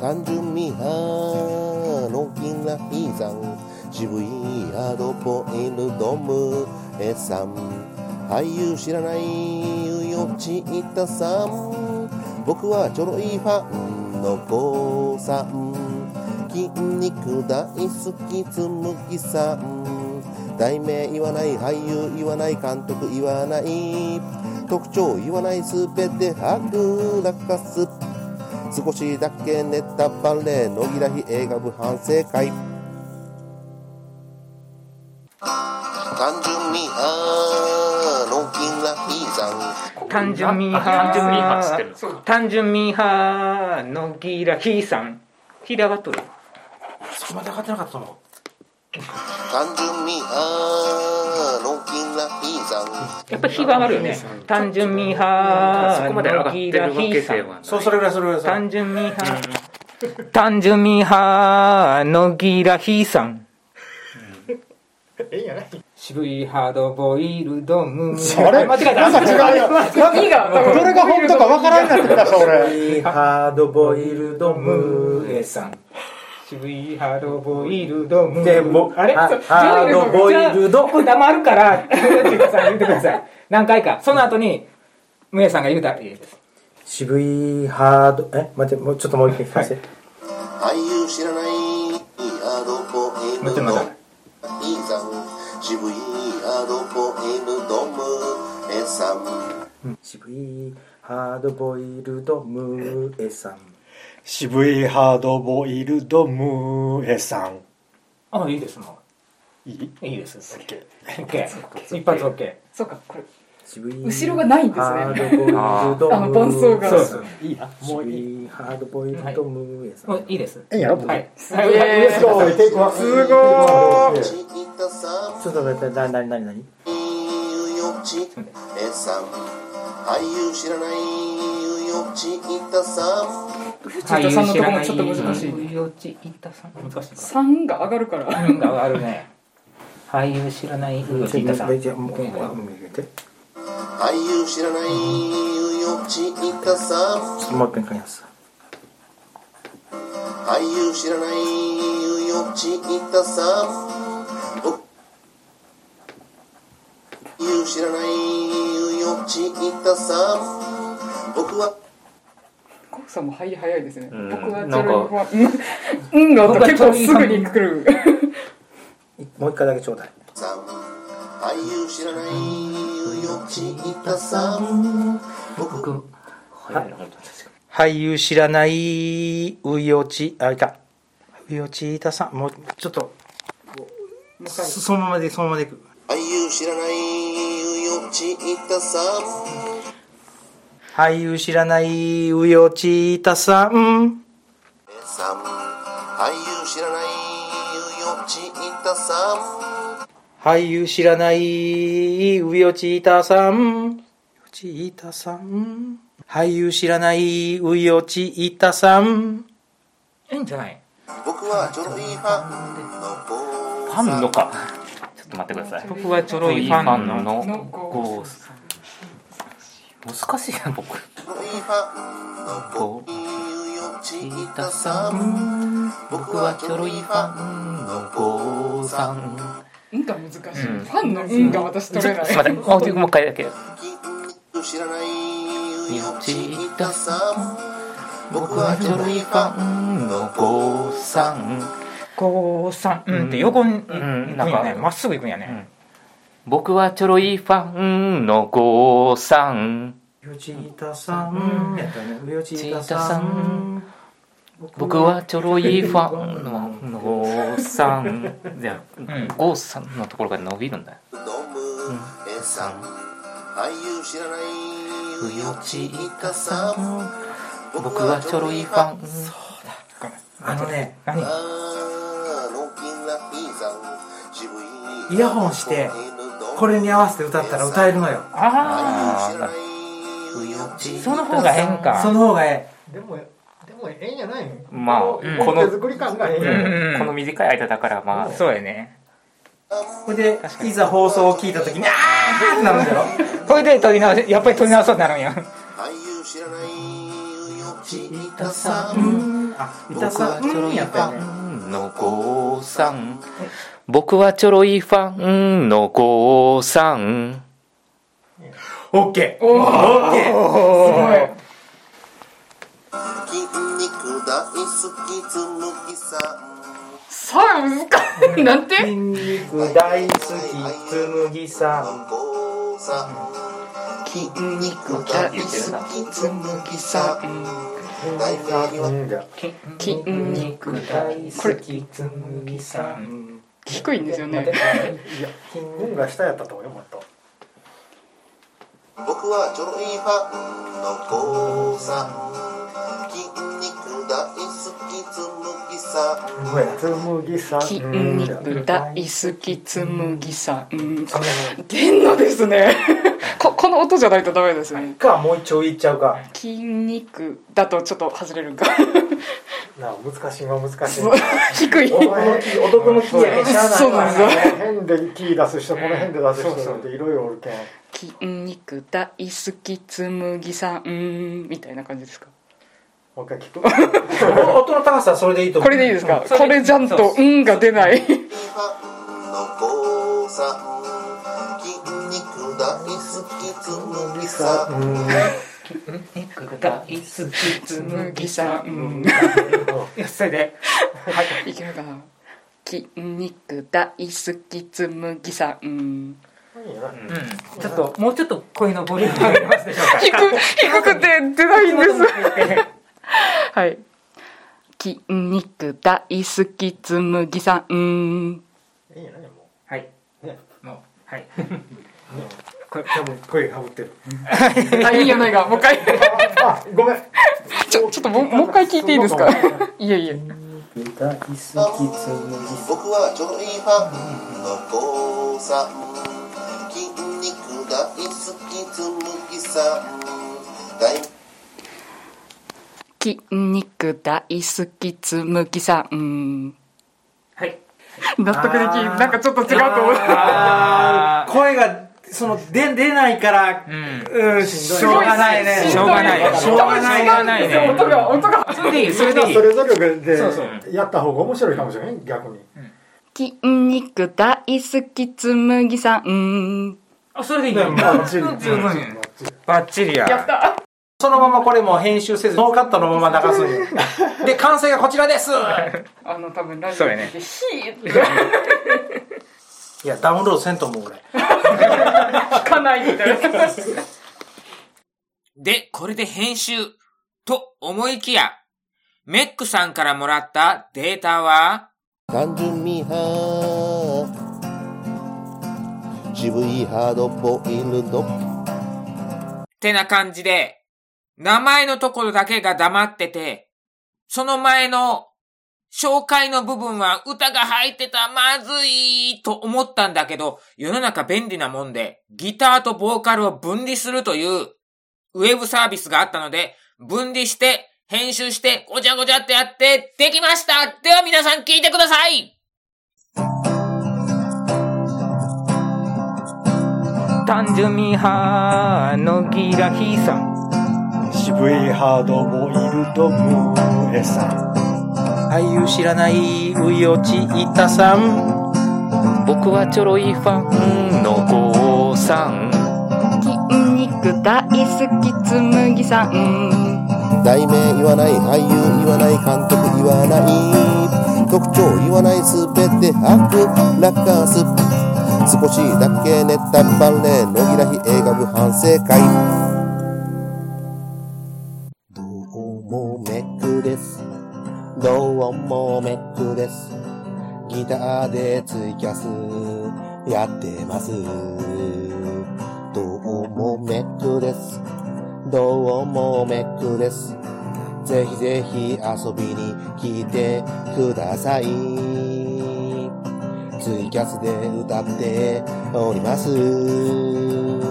単純ミーハーの嫌いさん渋いハードボイルドムエさん俳優知らないよちいたさん僕はちょろいファンの子さん筋肉大好きつむぎさん題名言わない俳優言わない監督言わない特徴言わないすべてはぐらかす少しだけネタバレのぎらひ映画部反省会単純ミーハーのぎらひさん単純ミーハー単純ミーハーっつってるんですか単純ミーハー野木らひーさん平和とそこまで上がってなかったと思単純ミーハーのぎらひさんやっぱ日があるよね単純ミーハうそーこまで上が野っ木てらるわひけーさでんはないうそうそれぐらいそれぐらいそれ単純ミーハー単純ミーハー野木らひーさんええやない渋いハードボイルドムそれ間違えたなんか違うよなんかいいがどれが本当かわからんようになってきたし俺ハードボイルドムーエさん渋いハードボイルドムでもあれあそうハードボイルドじゃあ黙るから 言ってください言ってください何回かその後にムエさんが言うたらいいです渋いハードえ待ってもうちょっともう一回聞かせて、俳優知らないアドボエルドムイさん渋いアドボエルドムエさん渋いハードボイルドムーエさん渋いハードボイルドムーエさんあいいですもいいういいですオッケー OK 一発 OK そうかこれ渋い後ろがないんですねハードボイルドあの伴奏がそうそういいやもう渋いいいハードボイルドムーエさん、もういいですええやろはいすすごいテイクワンすごちいたさちょっと待ってななななにんゆよちえさん俳優知らないよちいたさん藤田さんのとこもちょっと難しいね幼稚いたさん難しいか3が上がるから3があるね俳優知らないウちヨょいったとさん待ってもうもう入れてち俳優知らないよちいたさんょっともう一回書きます俳優知らないよちいたさん僕俳優知らないよちいたさん僕はコウさんも入り早いですね、うん僕はちょろい不安うんうんが結構すぐに来るもう一回だけちょうだいさん俳優知らないよちいたさん僕は俳優知らないうよちあいたうよちいたさんもうちょっとそそのままでそのままでいく俳優知らないよちいたさん俳優知らないうよちいたさんさん俳優知らないよちいたさん俳優知らないうよちいたさんよちいたさん俳優知らないうよちいたさんいいんじゃない僕はジョロイファンの坊フさんァンのかちょっと待ってください僕はちょろいファンのののこう難しいな僕僕はちょろいファンの坊さんうんが難しい、うんファンのうんが私取れない、すいませんもうもう一回だけ知らないよちいたさん僕はちょろいファンンのゴーさん五三うんって横にん行くんやねなんかまっすぐ行くんやね僕はちょろいファンのゴーさんよちいたさんやったねうよちいたさん僕はちょろいファンのゴーさんじゃあゴーさんのところが伸びるんだよのむえさん俳優知らないよちいたさん僕はちょろいファンあのね何あのきらいさん渋いイヤホンしてこれに合わせて歌ったら歌えるのよあああその方が変かその方がえでもでもええんやないのあまあここの手の作り感がええんうやないんこの短い間だからまあそうやねえこれでいざ放送を聞いた時にあーってなるんだよこれで撮り直しやっぱり撮り直そうになるんや俳ゆう知らないよちいたたささんんあ三僕田はちさょろんいやフったァよねンの郷さん僕はちょろいファンの郷さんオッケーおーす筋肉大好きつむきさごいさあ難しいなんて筋肉大好き紬さんごさん筋肉大好きつむきさん大好きはうんが筋肉これん紬さん低いんですよねいやうんが下やったと思うよもっと僕はちょろいファンの子さん筋肉大好きつむぎさんごめん紬さん筋うんが肉大好きつむぎさん出んのですね ここの音じゃないとダメですよねかもう一丁いっちゃうか筋肉だとちょっと外れるん かなあ難しいは難しい そう低い男のキー男のキーやねしゃあないそうなんですよこの辺でキー出す人この辺で出す人なんていろいろおるけん筋肉大好きつむぎさんみたいな感じですかもう一回聞く音の高さはそれでいいと思こうれでいいですかそれこれじゃんと「うん」が出ないファンの子さん筋肉大好きつむぎさんつむぎさんいやそれでいけるかな筋肉大好きつむぎさ んちょっともうちょっと声のボリューム上げますでしょうか低く低くて出ないんですはい筋肉大好きつむぎさんいいよねもはいねもうはいうこれ多分声かぶってるあいいやないかもう一回 ああごめんちょちょっともうもう一回聞いていいですかいえいえ大好きつむぎ僕はちょろいファンの子さん筋肉大好きつむぎさん大筋肉大好きつむぎさんはい納得できんあーなんかちょっと違うと思ったあー声がその出出ないからうんうんしょうがないねしょうがないしょうがないしょうがないね音が音がそれでいいそれでいいそれぞれそうそうでやった方が面白いかもしれない逆に筋肉大好きつむぎさんあ それでいいよバッチリうん十分やバッチリやたそのままこれも編集せずノーカットのまま流すんよで完成がこちらですあの多分ラジそオうやねでヒーって聞いやダウンロードせんと思う俺かないみたいなで、これで編集。と思いきや、メックさんからもらったデータは、単純ミーハー渋いハードボイルドってな感じで、名前のところだけが黙ってて、その前の紹介の部分は歌が入ってたまずいと思ったんだけど、世の中便利なもんで、ギターとボーカルを分離するというウェブサービスがあったので、分離して、編集して、ごちゃごちゃってやって、できましたでは皆さん聞いてください単純ミーハーのギラヒーさん渋いハードボイルドムーエさん俳優知らないういおちいたさん僕はちょろいファンの郷さん筋肉大好きつむぎさん題名言わない俳優言わない監督言わない特徴言わないすべてはくらかす少しだけネタバレのぎらひ映画部反省会どうもメックですどうもメックですギターでツイキャスやってますどうもメックですどうもメックです。ぜひぜひ遊びに来てください。ツイキャスで歌っております。